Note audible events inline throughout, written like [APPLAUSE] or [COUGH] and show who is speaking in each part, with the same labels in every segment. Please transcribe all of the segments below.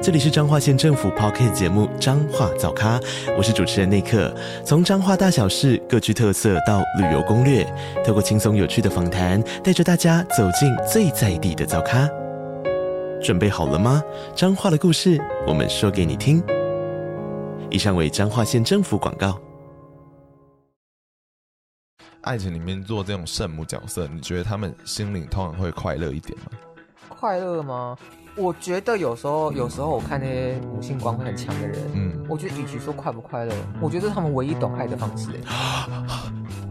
Speaker 1: 这里是彰化县政府 p o c k t 节目《彰化早咖》，我是主持人内克。从彰化大小事各具特色到旅游攻略，透过轻松有趣的访谈，带着大家走进最在地的早咖。准备好了吗？彰化的故事，我们说给你听。以上为彰化县政府广告。
Speaker 2: 爱情里面做这种圣母角色，你觉得他们心里通常会快乐一点吗？
Speaker 3: 快乐吗？我觉得有时候，有时候我看那些母性光辉很强的人，
Speaker 2: 嗯，
Speaker 3: 我觉得与其说快不快乐，我觉得这是他们唯一懂爱的方
Speaker 2: [LAUGHS]
Speaker 3: 式。 [LAUGHS] 哎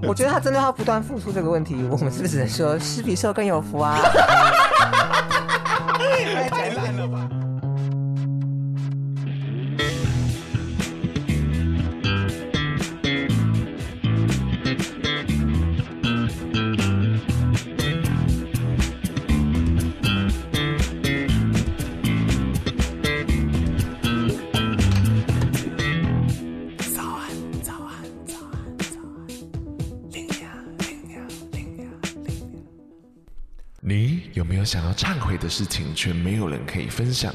Speaker 3: 我觉得他针对他不断付出这个问题，我们是不是只能说施比受更有福
Speaker 2: [LAUGHS]
Speaker 3: 啊？太烂了吧！
Speaker 2: 你有没有想要忏悔的事情，却没有人可以分享？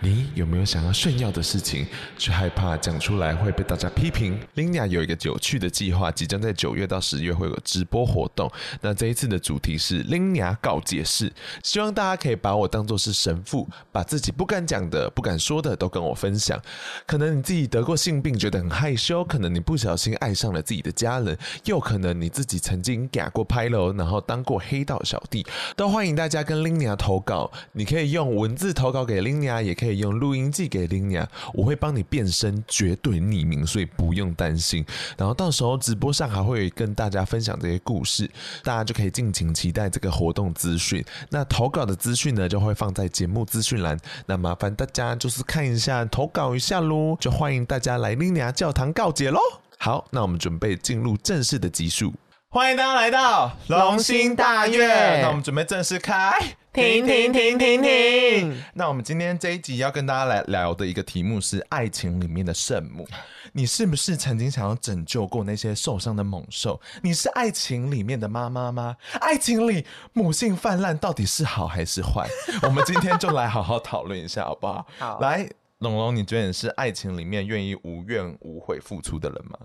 Speaker 2: 你有没有想要炫耀的事情，却害怕讲出来会被大家批评？琳雅有一个有趣的计划，即将在九月到十月会有直播活动。那这一次的主题是琳雅告解室，希望大家可以把我当做是神父，把自己不敢讲的、不敢说的都跟我分享。可能你自己得过性病，觉得很害羞；可能你不小心爱上了自己的家人，又可能你自己曾经假过拍楼，然后当过黑道小弟，都欢迎大家跟 Linia 投稿。你可以用文字投稿给 Linia，也可以用录音寄给 Linia，我会帮你变身，绝对匿名，所以不用担心。然后到时候直播上还会跟大家分享这些故事，大家就可以敬请期待这个活动资讯。那投稿的资讯呢，就会放在节目资讯栏。那麻烦大家就是看一下，投稿一下喽，就欢迎大家来琳娘教堂告解喽。好，那我们准备进入正式的集数，欢迎大家来到
Speaker 3: 龙兴大悦
Speaker 2: 那我们准备正式开，
Speaker 3: 停停停停停！
Speaker 2: 那我们今天这一集要跟大家来聊的一个题目是爱情里面的圣母。你是不是曾经想要拯救过那些受伤的猛兽？你是爱情里面的妈妈吗？爱情里母性泛滥到底是好还是
Speaker 3: [LAUGHS]
Speaker 2: 坏？我们今天就来好好讨论一下，好不好？
Speaker 3: 好
Speaker 2: 来，龙龙，你觉得你是爱情里面愿意无怨无悔付出的人吗？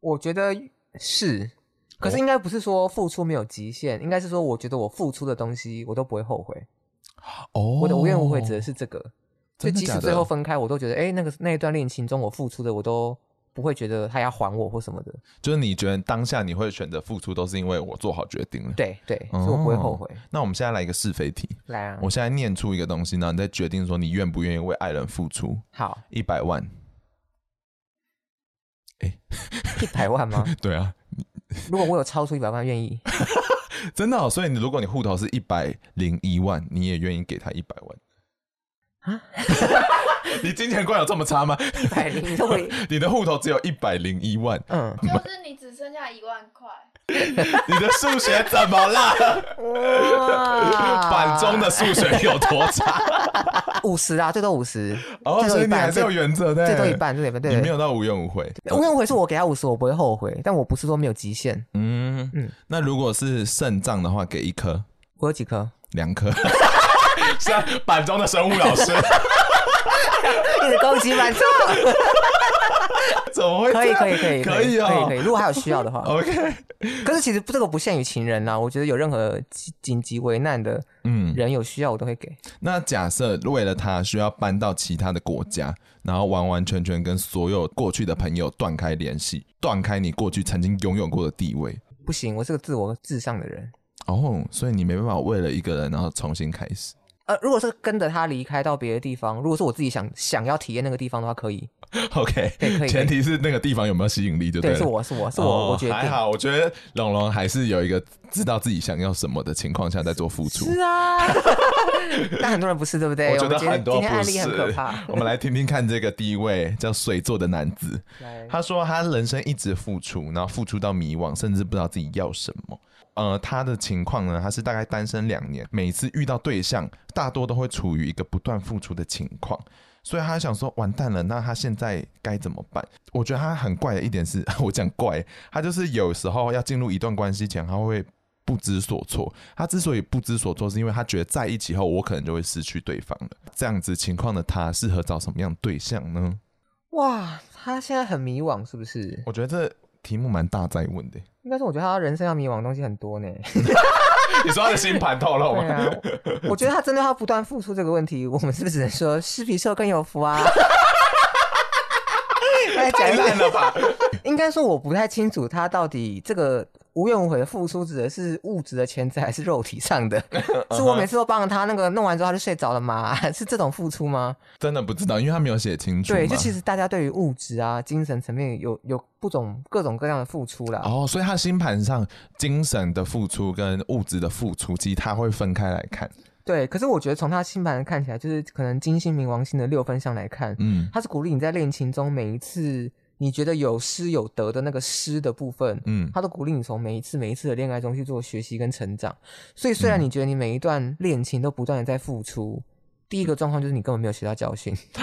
Speaker 3: 我觉得是，可是应该不是说付出没有极限，应该是说我觉得我付出的东西我都不会后悔。
Speaker 2: 哦，
Speaker 3: 我的无怨无悔指的是这个，就
Speaker 2: 真的
Speaker 3: 即
Speaker 2: 假
Speaker 3: 使
Speaker 2: 的
Speaker 3: 最后分开，我都觉得，哎、那个那一段恋情中我付出的，我都不会觉得他要还我或什么的。
Speaker 2: 就是你觉得当下你会选择付出，都是因为我做好决定了。
Speaker 3: 对对，
Speaker 2: 哦，
Speaker 3: 所以我不会后悔。
Speaker 2: 那我们现在来一个是非题，
Speaker 3: 来啊，
Speaker 2: 我现在念出一个东西，然后你再决定说你愿不愿意为爱人付出
Speaker 3: 好，
Speaker 2: 一百万。
Speaker 3: 一百
Speaker 2: [LAUGHS]
Speaker 3: 万吗？
Speaker 2: 对啊，
Speaker 3: 如果我有超出一百万，
Speaker 2: [LAUGHS]
Speaker 3: 愿意。
Speaker 2: 真的、哦，所以你如果你户头是一百零一万，你也愿意给他一百万啊？ [LAUGHS] 你金钱观有这么差吗？
Speaker 3: 一百零，你
Speaker 2: [LAUGHS]
Speaker 3: 都会，
Speaker 2: 你的户头只有一百零一万，
Speaker 3: 嗯，
Speaker 4: 就是你只剩下一万块，
Speaker 2: 你的数学怎么了？[LAUGHS]
Speaker 3: 哇
Speaker 2: 板中的数学有多
Speaker 3: [LAUGHS]
Speaker 2: 差？
Speaker 3: 五十啊，最多五十，
Speaker 2: 哦，
Speaker 3: 最多
Speaker 2: 所以
Speaker 3: 一
Speaker 2: 你还
Speaker 3: 半，
Speaker 2: 是有
Speaker 3: 最
Speaker 2: 原则的，欸
Speaker 3: 最多一，半，最多一半，
Speaker 2: 你没
Speaker 3: 对。
Speaker 2: 有到无怨无悔。
Speaker 3: 无怨无悔是我给他五十，我不会后悔，但我不是说没有极限。
Speaker 2: 嗯
Speaker 3: 嗯
Speaker 2: 那如果是肾脏的话，给一颗、
Speaker 3: 我有几颗？ [LAUGHS]
Speaker 2: 两颗。 [LAUGHS] 像板中的生物老师，
Speaker 3: 一直攻击满错，
Speaker 2: [LAUGHS] 怎么会
Speaker 3: 可以
Speaker 2: 这样
Speaker 3: 可以可以
Speaker 2: 可以
Speaker 3: 可以
Speaker 2: 哦
Speaker 3: 可以。如果还有需要的话，
Speaker 2: [LAUGHS] OK，
Speaker 3: 可是其实不这个不限于情人啦、啊我觉得有任何紧紧急危难的
Speaker 2: 嗯，
Speaker 3: 人有需要，我都会给。
Speaker 2: 那假设为了他需要搬到其他的国家，然后完完全全跟所有过去的朋友断开联系，断开你过去曾经拥有过的地位。
Speaker 3: 不行，我是个自我至上的人。
Speaker 2: 哦，所以你没办法为了一个人然后重新开始。
Speaker 3: 呃，如果是跟着他离开到别的地方，如果是我自己想想要体验那个地方的话，可以。
Speaker 2: OK，
Speaker 3: 对可以可以
Speaker 2: 前提是那个地方有没有吸引力就
Speaker 3: 对，
Speaker 2: 了。
Speaker 3: 是我是我是我，
Speaker 2: 哦
Speaker 3: 我决定。
Speaker 2: 还好，我觉得龙龙还是有一个知道自己想要什么的情况下在做付出。
Speaker 3: 是啊， [LAUGHS] 但很多人不是，对不对？
Speaker 2: 我觉
Speaker 3: 们
Speaker 2: 得
Speaker 3: 今天
Speaker 2: 很多
Speaker 3: 今天
Speaker 2: 不
Speaker 3: 案
Speaker 2: 是
Speaker 3: 例很可怕。
Speaker 2: 我们来听听看这个第一位叫水做的男子，
Speaker 3: [LAUGHS] 来
Speaker 2: 他说他人生一直付出，然后付出到迷惘，甚至不知道自己要什么。呃，他的情况呢，他是大概单身两年，每次遇到对象，大多都会处于一个不断付出的情况，所以他想说，完蛋了，那他现在该怎么办？我觉得他很怪的一点是， [LAUGHS] 我讲怪，他就是有时候要进入一段关系前，他会不知所措。他之所以不知所措，是因为他觉得在一起后，我可能就会失去对方了。这样子情况的他，适合找什么样的对象呢？
Speaker 3: 哇，他现在很迷惘，是不是？
Speaker 2: 我觉得这题目蛮大在问的。
Speaker 3: 应该是我觉得他人生要迷惘的东西很多呢。
Speaker 2: [LAUGHS] 你说他的星盘透露
Speaker 3: 对
Speaker 2: 吗？
Speaker 3: 啊， [LAUGHS] 我我觉得他针对他不断付出这个问题，我们是不是只能说施比受更有福
Speaker 2: [LAUGHS]
Speaker 3: 啊？来讲
Speaker 2: [LAUGHS] 太
Speaker 3: 一
Speaker 2: 烂
Speaker 3: 下，
Speaker 2: 了吧！
Speaker 3: 应该说我不太清楚他到底这个无怨无悔的付出指的是物质的钱财还是肉体上的？
Speaker 2: 嗯
Speaker 3: [LAUGHS] 是我每次都帮了他那个弄完之后他就睡着了吗？是这种付出吗？
Speaker 2: [LAUGHS] 真的不知道，因为他没有写清楚嘛。
Speaker 3: 对，就其实大家对于物质啊、精神层面有有不种各种各样的付出啦。
Speaker 2: 哦，所以他星盘上精神的付出跟物质的付出，其实他会分开来看。
Speaker 3: 对，可是我觉得从他星盘看起来，就是可能金星、冥王星的六分相来看，
Speaker 2: 嗯
Speaker 3: 他是鼓励你在恋情中每一次你觉得有失有得的那个失的部分，
Speaker 2: 嗯
Speaker 3: 他都鼓励你从每一次每一次的恋爱中去做学习跟成长。所以虽然你觉得你每一段恋情都不断的在付出，第一个状况就是你根本没有学到教训， [LAUGHS]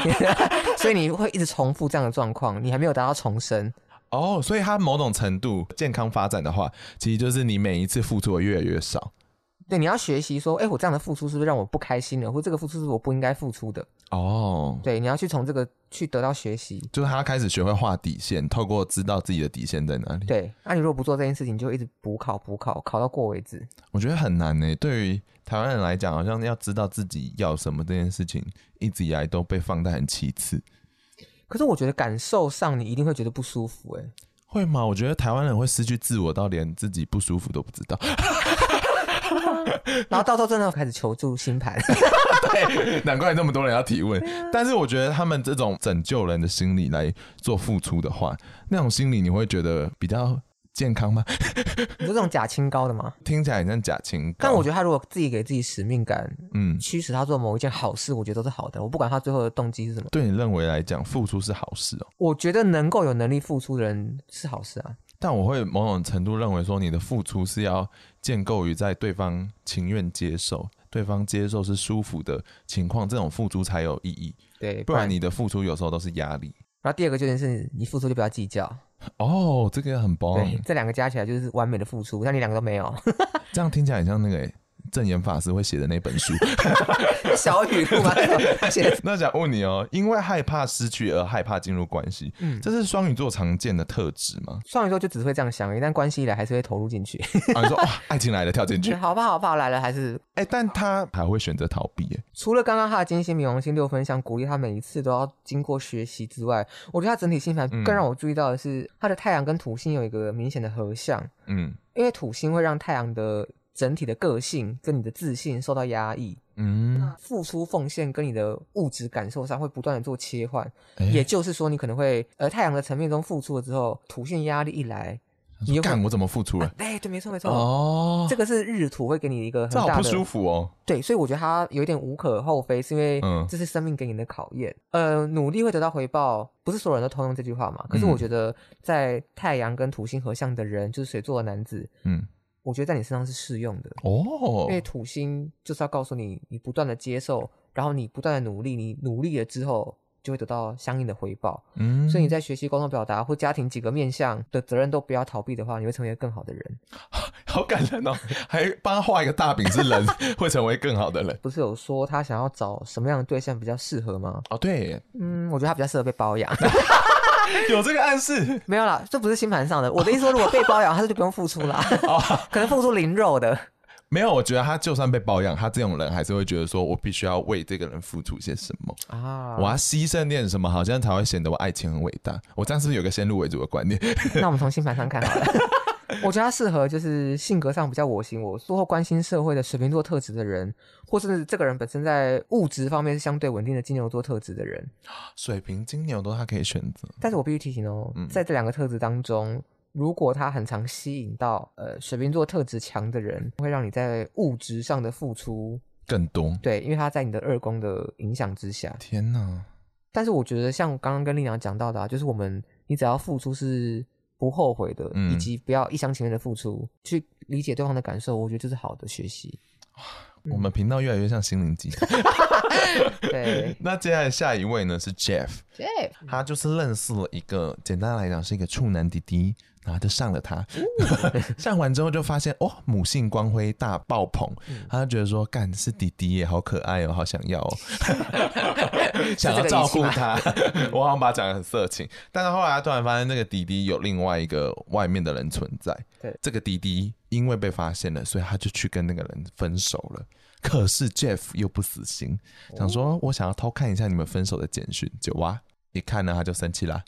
Speaker 3: 所以你会一直重复这样的状况，你还没有达到重生。
Speaker 2: 哦，所以他某种程度健康发展的话，其实就是你每一次付出的越来越少。
Speaker 3: 对，你要学习说，哎、我这样的付出是不是让我不开心了，或这个付出是我不应该付出的？
Speaker 2: 哦，
Speaker 3: 对，你要去从这个去得到学习。
Speaker 2: 就是他开始学会画底线，透过知道自己的底线在哪里。
Speaker 3: 对，那、你如果不做这件事情，你就一直补考补考，考到过为止。
Speaker 2: 我觉得很难呢、对于台湾人来讲，好像要知道自己要什么这件事情，一直以来都被放在很其次。
Speaker 3: 可是我觉得感受上你一定会觉得不舒服、欸，
Speaker 2: 会吗？我觉得台湾人会失去自我，到连自己不舒服都不知道。 [LAUGHS]
Speaker 3: 然后到时候真的开始求助星盘。 [LAUGHS]
Speaker 2: 对，难怪那么多人要提问。但是我觉得他们这种拯救人的心理来做付出的话，那种心理你会觉得比较健康吗？
Speaker 3: 你说这种假清高的吗？
Speaker 2: 听起来很像假情。
Speaker 3: 但我觉得他如果自己给自己使命感，
Speaker 2: 嗯，
Speaker 3: 驱使他做某一件好事，我觉得都是好的。我不管他最后的动机是什么，
Speaker 2: 对你认为来讲，付出是好事哦。
Speaker 3: 我觉得能够有能力付出的人是好事啊。
Speaker 2: 但我会某种程度认为说，你的付出是要建构于在对方情愿接受、对方接受是舒服的情况，这种付出才有意义。
Speaker 3: 对，
Speaker 2: 不然你的付出有时候都是压力。
Speaker 3: 然后第二个就是你付出就不要计较，
Speaker 2: 哦，这个很棒，
Speaker 3: 对，这两个加起来就是完美的付出。像你两个都没有，
Speaker 2: 这样听起来很像那个欸正言法师会写的那本
Speaker 3: [LAUGHS]
Speaker 2: 书。
Speaker 3: 小雨录 [LAUGHS] 完之后写
Speaker 2: 那想问你哦，因为害怕失去而害怕进入关系，
Speaker 3: 嗯？
Speaker 2: 这是双鱼座常见的特质吗
Speaker 3: 双鱼座就只会这样想而已，但关系一来还是会投入进去。 [LAUGHS]
Speaker 2: 啊，你说哇、爱情来了跳进去，哎、
Speaker 3: 好吧，好吧，来了，还是
Speaker 2: 但他还会选择逃避，哎，
Speaker 3: 除了刚刚他的金星、冥王星六分相鼓励他每一次都要经过学习之外，我觉得他整体星盘
Speaker 2: 嗯
Speaker 3: 更让我注意到的是，他的太阳跟土星有一个明显的合相，
Speaker 2: 嗯
Speaker 3: 因为土星会让太阳的整体的个性跟你的自信受到压抑，
Speaker 2: 嗯，
Speaker 3: 付出奉献跟你的物质感受上会不断的做切换，
Speaker 2: 哎
Speaker 3: 嗯也就是说，你可能会呃太阳的层面中付出了之后，土星压力一来，你又会
Speaker 2: 干我怎么付出了？
Speaker 3: 哎、对， [LAUGHS] 没错没
Speaker 2: 嗯
Speaker 3: 错。
Speaker 2: 哦，
Speaker 3: 这个是日土会给你一个很
Speaker 2: 这好
Speaker 3: 大
Speaker 2: 不
Speaker 3: 的
Speaker 2: 舒服哦，
Speaker 3: 对，所以我觉得他有一点无可厚非，是因为
Speaker 2: 嗯
Speaker 3: 这是生命给你的考验。呃，努力会得到回报，不是所有人都通用这句话嘛。可是我
Speaker 2: 嗯
Speaker 3: 觉得，在太阳跟土星合相的人，就是水做的男子，
Speaker 2: 嗯，
Speaker 3: 我觉得在你身上是适用的，
Speaker 2: 哦
Speaker 3: 因，为土星就是要告诉你，你不断的接受，然后你不断的努力，你努力了之后。就会得到相应的回报，
Speaker 2: 嗯，
Speaker 3: 所以你在学习、沟通、表达或家庭几个面向的责任都不要逃避的话，你会成为更好的人。
Speaker 2: [LAUGHS] 好感人哦，还帮他画一个大饼，是人 [LAUGHS] 会成为更好的人。
Speaker 3: 不是有说他想要找什么样的对象比较适合吗？
Speaker 2: 哦，对，
Speaker 3: 嗯，我觉得他比较适合被
Speaker 2: [LAUGHS]
Speaker 3: 包养。
Speaker 2: 有这个暗示
Speaker 3: 没有啦，这不是星盘上的。我的意思说，如果被包养，他就不用付出啦，
Speaker 2: 哦。
Speaker 3: [LAUGHS] 可能付出零肉的。
Speaker 2: 没有，我觉得他就算被包养，他这种人还是会觉得说，我必须要为这个人付出些什么。
Speaker 3: 啊
Speaker 2: 我要牺牲点什么，好像才会显得我爱情很伟大。我这样是不是有个先入为主的观念？
Speaker 3: 那我们从星盘上看好了。 [LAUGHS] 我觉得他适合就是性格上比较我行我素，或关心社会的水瓶座特质的人，或是这个人本身在物质方面是相对稳定的金牛座特质的人。
Speaker 2: [LAUGHS] 水瓶、金牛都他可以选择，
Speaker 3: 但是我必须提醒哦，
Speaker 2: 嗯
Speaker 3: 在这两个特质当中，如果他很常吸引到呃水瓶座特质强的人，会让你在物质上的付出，
Speaker 2: 更多。
Speaker 3: 对，因为他在你的二宫的影响之下，
Speaker 2: 天哪，
Speaker 3: 但是我觉得像刚刚跟丽娘讲到的、啊，就是我们你只要付出是不后悔的，
Speaker 2: 嗯
Speaker 3: 以及不要一厢情愿的付出，去理解对方的感受，我觉得这是好的学习。嗯
Speaker 2: 我们频道越来越像心灵鸡汤。 [LAUGHS]
Speaker 3: 对
Speaker 2: 那接下来下一位呢是 Jeff，
Speaker 4: 对，
Speaker 2: 他就是认识了一个，简单来讲是一个处男弟弟，然后就上了他。 [LAUGHS] 上完之后就发现，哦，母性光辉大爆棚，他就觉得说，干是弟弟耶，好可爱哦，好想要哦，想要照顾他。 [LAUGHS] 我好像把他讲的很色情，但是后来他突然发现，那个弟弟有另外一个外面的人存在。
Speaker 3: 对
Speaker 2: 这个弟弟因为被发现了，所以他就去跟那个人分手了。可是 Jeff 又不死心，想说我想要偷看一下你们分手的简讯，就哇，一看呢他就生气啦，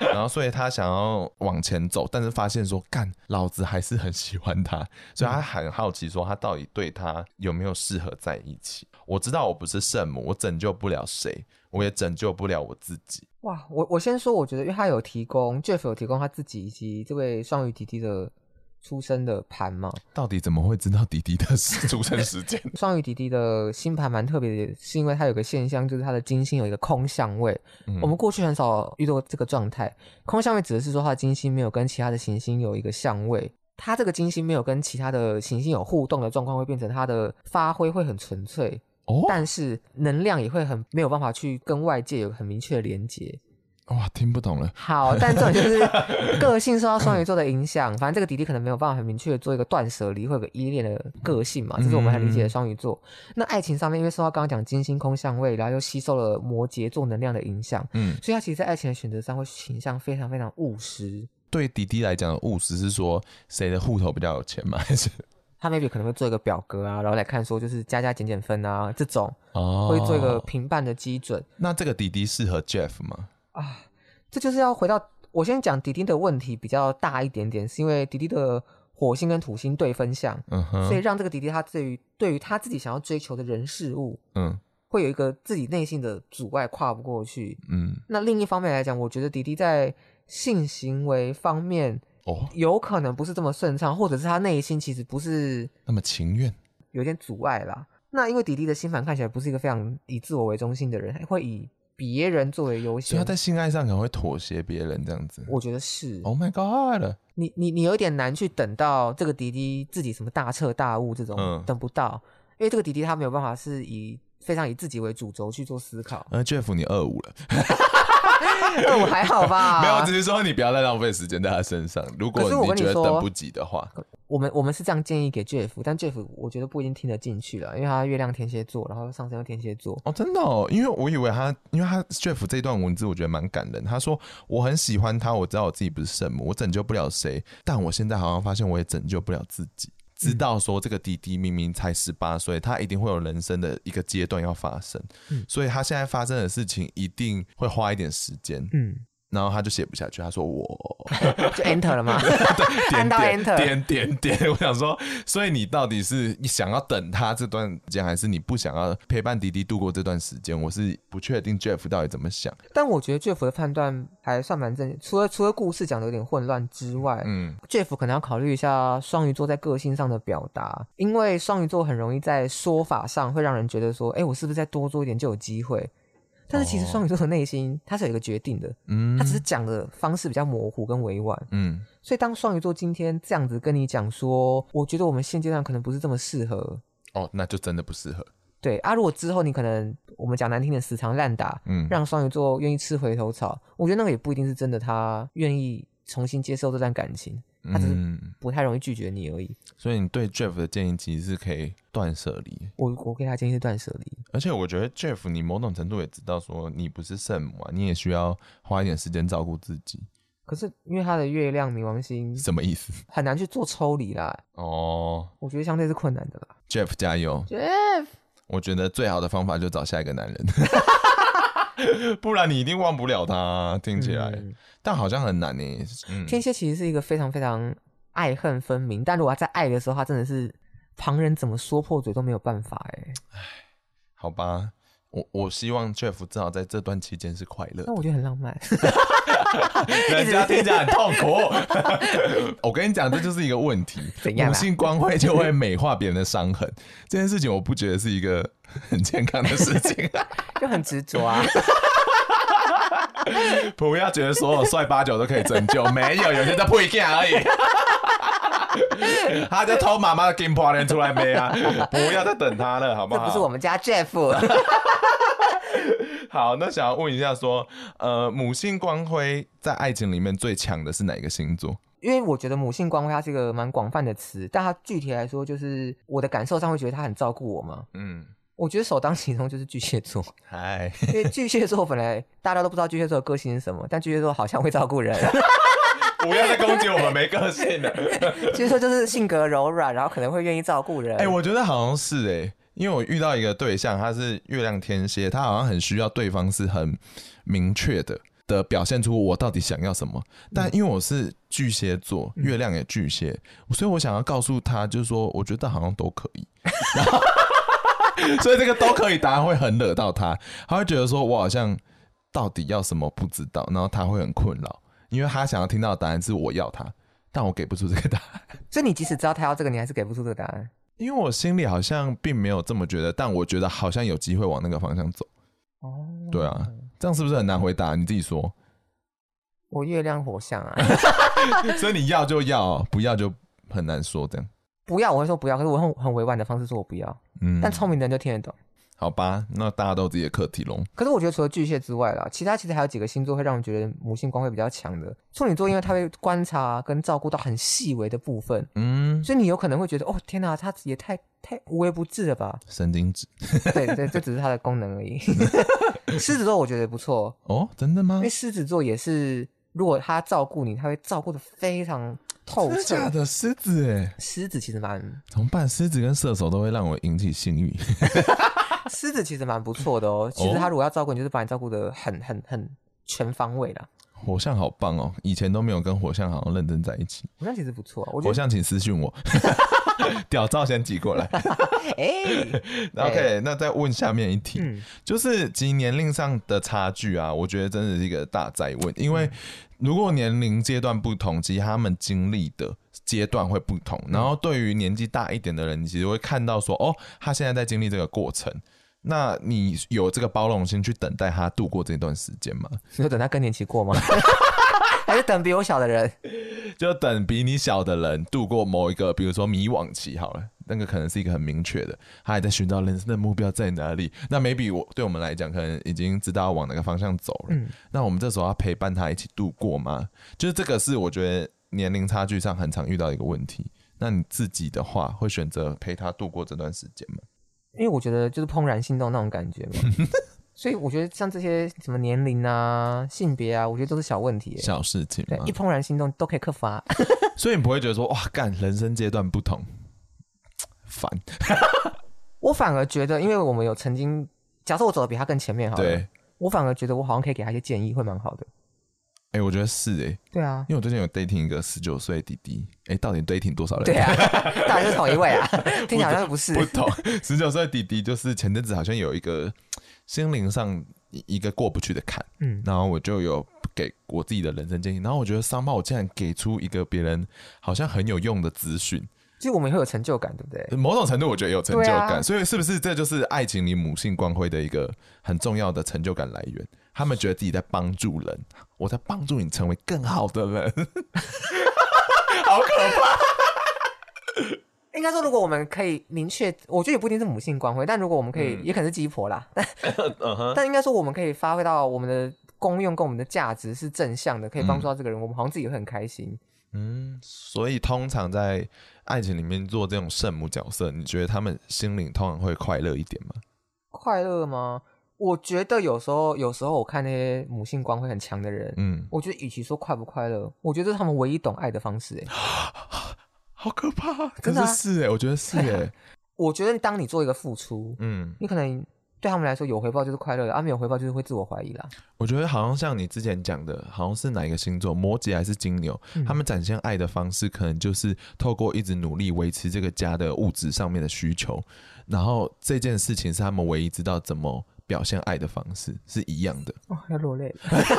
Speaker 2: 然后所以他想要往前走，但是发现说干，老子还是很喜欢他，
Speaker 3: 嗯
Speaker 2: 所以他很好奇说他到底对他有没有适合在一起。我知道我不是圣母，我拯救不了谁，我也拯救不了我自己。
Speaker 3: 哇，我我先说，我觉得因为他有提供 Jeff 有提供他自己以及这位双鱼弟弟的出生的盘嘛，
Speaker 2: 到底怎么会知道弟弟的出生时间？
Speaker 3: 双鱼弟弟的星盘蛮特别的，是因为它有个现象，就是它的金星有一个空相位。
Speaker 2: 嗯
Speaker 3: [LAUGHS] 我们过去很少遇到这个状态。空相位指的是说，它的金星没有跟其他的行星有一个相位，它这个金星没有跟其他的行星有互动的状况，会变成它的发挥会很纯粹，
Speaker 2: 哦，
Speaker 3: 但是能量也会很没有办法去跟外界有很明确的连接。
Speaker 2: 嗯哇，听不懂了。
Speaker 3: 好，但重点就是
Speaker 2: [LAUGHS]
Speaker 3: 个性受到双鱼座的影响。反正这个弟弟可能没有办法很明确的做一个断舍离，会有个依恋的个性嘛，这是我们很理
Speaker 2: 嗯
Speaker 3: 解的双鱼座。那爱情上面，因为受到刚刚讲金星空相位，然后又吸收了摩羯座能量的影响，
Speaker 2: 嗯，
Speaker 3: 所以他其实在爱情的选择上会倾向非常非常务实。
Speaker 2: 对弟弟来讲的务实是说谁的户头比较有钱吗？ [LAUGHS] 还是
Speaker 3: 他 maybe 可能会做一个表格啊，然后来看说就是加加减减分啊这种，
Speaker 2: 哦
Speaker 3: 会做一个评判的基准。
Speaker 2: 那这个弟弟适合 Jeff 吗？
Speaker 3: 啊，这就是要回到我先讲迪迪的问题比较大一点点，是因为迪迪的火星跟土星对分相，
Speaker 2: 嗯
Speaker 3: 所以
Speaker 2: 哼，
Speaker 3: 让这个迪迪他对于对于他自己想要追求的人事物，
Speaker 2: 嗯
Speaker 3: 会有一个自己内心的阻碍跨不过去。
Speaker 2: 嗯，
Speaker 3: 那另一方面来讲，我觉得迪迪在性行为方面
Speaker 2: 哦，
Speaker 3: 有可能不是这么顺畅，或者是他内心其实不是
Speaker 2: 那么情愿，
Speaker 3: 有点阻碍啦。那因为迪迪的星盘看起来不是一个非常以自我为中心的人，会以别人作为优
Speaker 2: 所以
Speaker 3: 先
Speaker 2: 他。在性爱上可能会妥协别人这样子。
Speaker 3: 我觉得是
Speaker 2: Oh my God！
Speaker 3: 你你你有点难去等到这个迪迪自己什么大彻大悟这种，
Speaker 2: 嗯。
Speaker 3: 等不到，因为这个迪迪他没有办法是以非常以自己为主轴去做思考
Speaker 2: [LAUGHS] 呃，Jeff 你二五了，
Speaker 3: 那我还好吧？
Speaker 2: 没有，我只是说你不要再浪费时间在他身上。如果
Speaker 3: 可是我跟你
Speaker 2: 觉得
Speaker 3: 说
Speaker 2: 等不及的话，
Speaker 3: 我们我们是这样建议给 Jeff，但 Jeff 我觉得不一定听得进去了，因为他月亮天蝎座，然后上升又天蝎座。
Speaker 2: 哦，真的哦，因为我以为他，因为他 Jeff 这段文字我觉得蛮感人。他说我很喜欢他，我知道我自己不是圣母，我拯救不了谁，但我现在好像发现我也拯救不了自己。知道说这个弟弟明明才十八岁，他一定会有人生的一个阶段要发生，
Speaker 3: 嗯
Speaker 2: 所以他现在发生的事情一定会花一点时间，
Speaker 3: 嗯，
Speaker 2: 然后他就写不下去。他说我
Speaker 3: 就 Enter 了嘛，
Speaker 2: [LAUGHS]
Speaker 3: 按
Speaker 2: 点
Speaker 3: 到
Speaker 2: 点
Speaker 3: Enter
Speaker 2: 点点点，我想说，所以你到底是你想要等他这段时间，还是你不想要陪伴迪迪度过这段时间？我是不确定 Jeff 到底怎么想。
Speaker 3: 但我觉得 Jeff 的判断还算蛮正，除了除了故事讲的有点混乱之外，
Speaker 2: 嗯
Speaker 3: Jeff 可能要考虑一下双鱼座在个性上的表达，因为双鱼座很容易在说法上会让人觉得说，哎、我是不是再多做一点就有机会？但是其实
Speaker 2: 哦
Speaker 3: 双鱼座的内心它是有一个决定的，
Speaker 2: 嗯，
Speaker 3: 它只是讲的方式比较模糊跟委婉。
Speaker 2: 嗯
Speaker 3: 所以当双鱼座今天这样子跟你讲说，我觉得我们现阶段可能不是这么适合，
Speaker 2: 哦，那就真的不适合。
Speaker 3: 对啊，如果之后你可能我们讲难听点死缠烂打，
Speaker 2: 嗯，
Speaker 3: 让双鱼座愿意吃回头草，我觉得那个也不一定是真的，他愿意重新接受这段感情，他只是
Speaker 2: 嗯，
Speaker 3: 不太容易拒绝你而已。
Speaker 2: 所以你对 Jeff 的建议其实是可以断舍离，
Speaker 3: 我我给他建议是断舍离，
Speaker 2: 而且我觉得 Jeff 你某种程度也知道说你不是圣母啊，你也需要花一点时间照顾自己，
Speaker 3: 可是因为他的月亮冥王星
Speaker 2: 什么意思？
Speaker 3: 很难去做抽离啦，
Speaker 2: 哦
Speaker 3: 我觉得相对是困难的啦。
Speaker 2: ，Jeff 加油！
Speaker 4: Jeff，
Speaker 2: 我觉得最好的方法就找下一个男人， [LAUGHS] 不然你一定忘不了他啊。听起来，
Speaker 3: 嗯
Speaker 2: 但好像很难呢。嗯，
Speaker 3: 天蝎其实是一个非常非常爱恨分明，但如果他在爱的时候，他真的是旁人怎么说破嘴都没有办法哎、
Speaker 2: 好吧，我我希望 Jeff 至少在这段期间是快乐的
Speaker 3: 那。我觉得很
Speaker 2: [LAUGHS]
Speaker 3: 浪漫。
Speaker 2: 人家听起来很痛苦。 [LAUGHS] 我跟你讲，这就是一个问
Speaker 3: [LAUGHS]
Speaker 2: 题。
Speaker 3: 怎样啊
Speaker 2: 母性光辉就会美化别人的伤痕，这件事情我不觉得是一个很健康的事情。 [LAUGHS]
Speaker 3: 就很执着啊。
Speaker 2: 啊不要觉得所有帅八九都可以拯救，没有，有些在配件 [LAUGHS] 而已。他就偷妈妈的金破人出来没啊！不要再等他了，好不
Speaker 3: 这
Speaker 2: 好？
Speaker 3: 不是我们家 Jeff，
Speaker 2: 好，那想要问一下说，呃，母性光辉在爱情里面最强的是哪一个星座？
Speaker 3: 因为我觉得母性光辉它是一个蛮广泛的词，但它具体来说就是我的感受上会觉得它很照顾我嘛。
Speaker 2: 嗯，
Speaker 3: 我觉得首当其冲就是巨蟹座，
Speaker 2: 嗨，
Speaker 3: 因为巨蟹座本来大家都不知道巨蟹座的个性是什么，但巨蟹座好像会照顾人。
Speaker 2: [LAUGHS] 不要再攻击我们没个性了。
Speaker 3: 巨蟹座就是性格柔软，然后可能会愿意照顾人。
Speaker 2: 哎、我觉得好像是哎、因为我遇到一个对象，他是月亮天蝎，他好像很需要对方是很明确的的表现出我到底想要什么。但因为我是巨蟹座，月亮也巨蟹，所以我想要告诉他，就是说，我觉得好像都可以。 [LAUGHS] 然后所以这个都可以答案会很惹到他，他会觉得说我好像到底要什么不知道，然后他会很困扰，因为他想要听到的答案是我要他，但我给不出这个答案。
Speaker 3: 所以你即使知道他要这个，你还是给不出这个答案。
Speaker 2: 因为我心里好像并没有这么觉得，但我觉得好像有机会往那个方向走。
Speaker 3: 哦，
Speaker 2: 对啊，这样是不是很难回答？你自己说。
Speaker 3: 我月亮火象啊， [LAUGHS]
Speaker 2: 所以你要就要，不要就很难说这样。
Speaker 3: 不要，我会说不要，可是我很很委婉的方式说我不要，
Speaker 2: 嗯，
Speaker 3: 但聪明的人就听得懂。
Speaker 2: 好吧，那大家都有自己的课题喽。
Speaker 3: 可是我觉得除了巨蟹之外啦，其他其实还有几个星座会让我觉得母性光会比较强的。处女座因为他会观察跟照顾到很细微的部分，
Speaker 2: 嗯，
Speaker 3: 所以你有可能会觉得哦天哪，他也太太无微不至了
Speaker 2: [LAUGHS]
Speaker 3: 吧？
Speaker 2: 神经质
Speaker 3: 对对，这只是他的功能
Speaker 2: [LAUGHS]
Speaker 3: 而已。狮子座我觉得不错，
Speaker 2: 哦，真的吗
Speaker 3: 因为？狮子座也是，如果他照顾你，他会照顾的非常透
Speaker 2: 真的假
Speaker 3: 彻。
Speaker 2: 的？狮子哎，
Speaker 3: 狮子其实蛮，
Speaker 2: 怎么办？狮子跟射手都会让我引起性欲。 [LAUGHS]
Speaker 3: 狮子其实蛮不错的哦。其实他如果要照顾你，就是把你照顾的很很很全方位啦。
Speaker 2: 火象好棒哦，以前都没有跟火象好像认真在一起。
Speaker 3: 我觉得其实不错、啊，我觉
Speaker 2: 火
Speaker 3: 得
Speaker 2: 象请私讯我， [LAUGHS] 屌照先寄过来。
Speaker 3: 哎，
Speaker 2: OK，那 [LAUGHS] 再问下面一题。
Speaker 3: 嗯，
Speaker 2: 就是及年龄上的差距啊，我觉得真的是一个大灾问，因为如果年龄阶段不同，其实他们经历的阶段会不同。然后对于年纪大一点的人，你其实会看到说，哦，他现在在经历这个过程。那你有这个包容心去等待他度过这段时间吗？
Speaker 3: 你说等他更年期过吗？ [LAUGHS] 还是等比我小的人？
Speaker 2: 就等比你小的人度过某一个，比如说迷惘期好了，那个可能是一个很明确的，他还在寻找人生的目标在哪里。那 maybe 我对我们来讲，可能已经知道往哪个方向走了。
Speaker 3: 嗯
Speaker 2: 那我们这时候要陪伴他一起度过吗？就是这个是我觉得年龄差距上很常遇到一个问题。那你自己的话，会选择陪他度过这段时间吗？
Speaker 3: 因为我觉得就是怦然心动那种感 [LAUGHS] 觉嘛。所以我觉得像这些什么年龄啊、性别啊，我觉得都是小问题耶。
Speaker 2: 小事情
Speaker 3: 对
Speaker 2: 吗，
Speaker 3: 一？怦然心动都可以克服啊。
Speaker 2: 所以你不会觉得说哇，干人生阶段不同，烦。
Speaker 3: 我反而觉得，因为我们有曾经，假设我走的比他更前面好了，
Speaker 2: 对，
Speaker 3: 我反而觉得我好像可以给他一些建议，会蛮好的。
Speaker 2: 哎、我觉得是哎、
Speaker 3: 对啊，
Speaker 2: 因为我最近有 dating 一个十九岁的弟弟，哎、到底 dating 多少人？
Speaker 3: 对
Speaker 2: [LAUGHS]
Speaker 3: [LAUGHS] 啊，当然是同一位啊，听起来好像不是。
Speaker 2: 不懂。 [LAUGHS] 十九岁的弟弟就是前阵子好像有一个心灵上一一个过不去的坎，
Speaker 3: 嗯，
Speaker 2: 然后我就有给我自己的人生建议，然后我觉得商报我竟然给出一个别人好像很有用的资讯，
Speaker 3: 就我们也会有成就感，对不对？
Speaker 2: 某种程度我觉得有成就
Speaker 3: 对
Speaker 2: 感，
Speaker 3: 啊
Speaker 2: 所以是不是这就是爱情里母性光辉的一个很重要的成就感来源？他们觉得自己在帮助人，我在帮助你成为更好的人，好可怕！
Speaker 3: 应该说，如果我们可以明确，我觉得也不一定是母性光辉，但如果我们可以，也可能是鸡婆啦。但
Speaker 2: [LAUGHS] 嗯哼，
Speaker 3: 但应该说，我们可以发挥到我们的功用跟我们的价值是正向的，可以帮助到这个人，我们好像自己会很开心。
Speaker 2: 嗯，所以通常在爱情里面做这种圣母角色，你觉得他们心灵通常会快乐一点吗？
Speaker 3: 快乐吗？我觉得有时候，有时候我看那些母性光辉很强的人，
Speaker 2: 嗯，
Speaker 3: 我觉得与其说快不快乐，我觉得这是他们唯一懂爱的方式。
Speaker 2: 嗯
Speaker 3: 哎，
Speaker 2: 好可怕，可
Speaker 3: 真的啊
Speaker 2: 是是哎，我觉得是 [LAUGHS] 哎，
Speaker 3: 我觉得当你做一个付出，
Speaker 2: 嗯，
Speaker 3: 你可能对他们来说有回报就是快乐的，啊没有回报就是会自我怀疑啦。
Speaker 2: 我觉得好像像你之前讲的，好像是哪一个星座，摩羯还是金牛，他们展现爱的方式可能就是透过一直努力维持这个家的物质上面的需求，然后这件事情是他们唯一知道怎么表现爱的方式，是一样的。
Speaker 3: 哦，要落泪了。 [LAUGHS]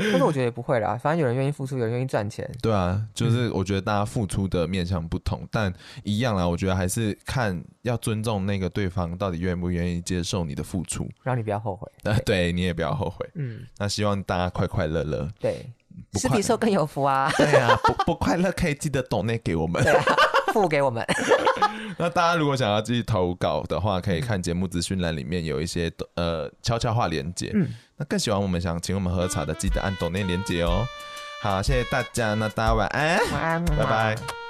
Speaker 3: 但是我觉得也不会啦，反正有人愿意付出，有人愿意赚钱。
Speaker 2: 对啊，就是我觉得大家付出的面向不同，但一样啦。我觉得还是看要尊重那个对方到底愿不愿意接受你的付出。
Speaker 3: 让你不要后悔。
Speaker 2: 那对你也不要后悔。
Speaker 3: 嗯，
Speaker 2: 那希望大家快快乐乐。
Speaker 3: 对，
Speaker 2: 不
Speaker 3: 是
Speaker 2: 快，
Speaker 3: 比受更有福啊
Speaker 2: [LAUGHS]
Speaker 3: [LAUGHS]
Speaker 2: 对啊，不不快乐可以记得抖内给我们。 [LAUGHS]
Speaker 3: 付给我们。
Speaker 2: 啊那大家如果想要继续投稿的话，可以看节目资讯栏里面有一些呃悄悄话连接。
Speaker 3: 嗯
Speaker 2: 那更喜欢我们想请我们喝茶的，记得按抖内连接哦。好，谢谢大家，那大家晚安，
Speaker 3: 晚安，
Speaker 2: 拜拜。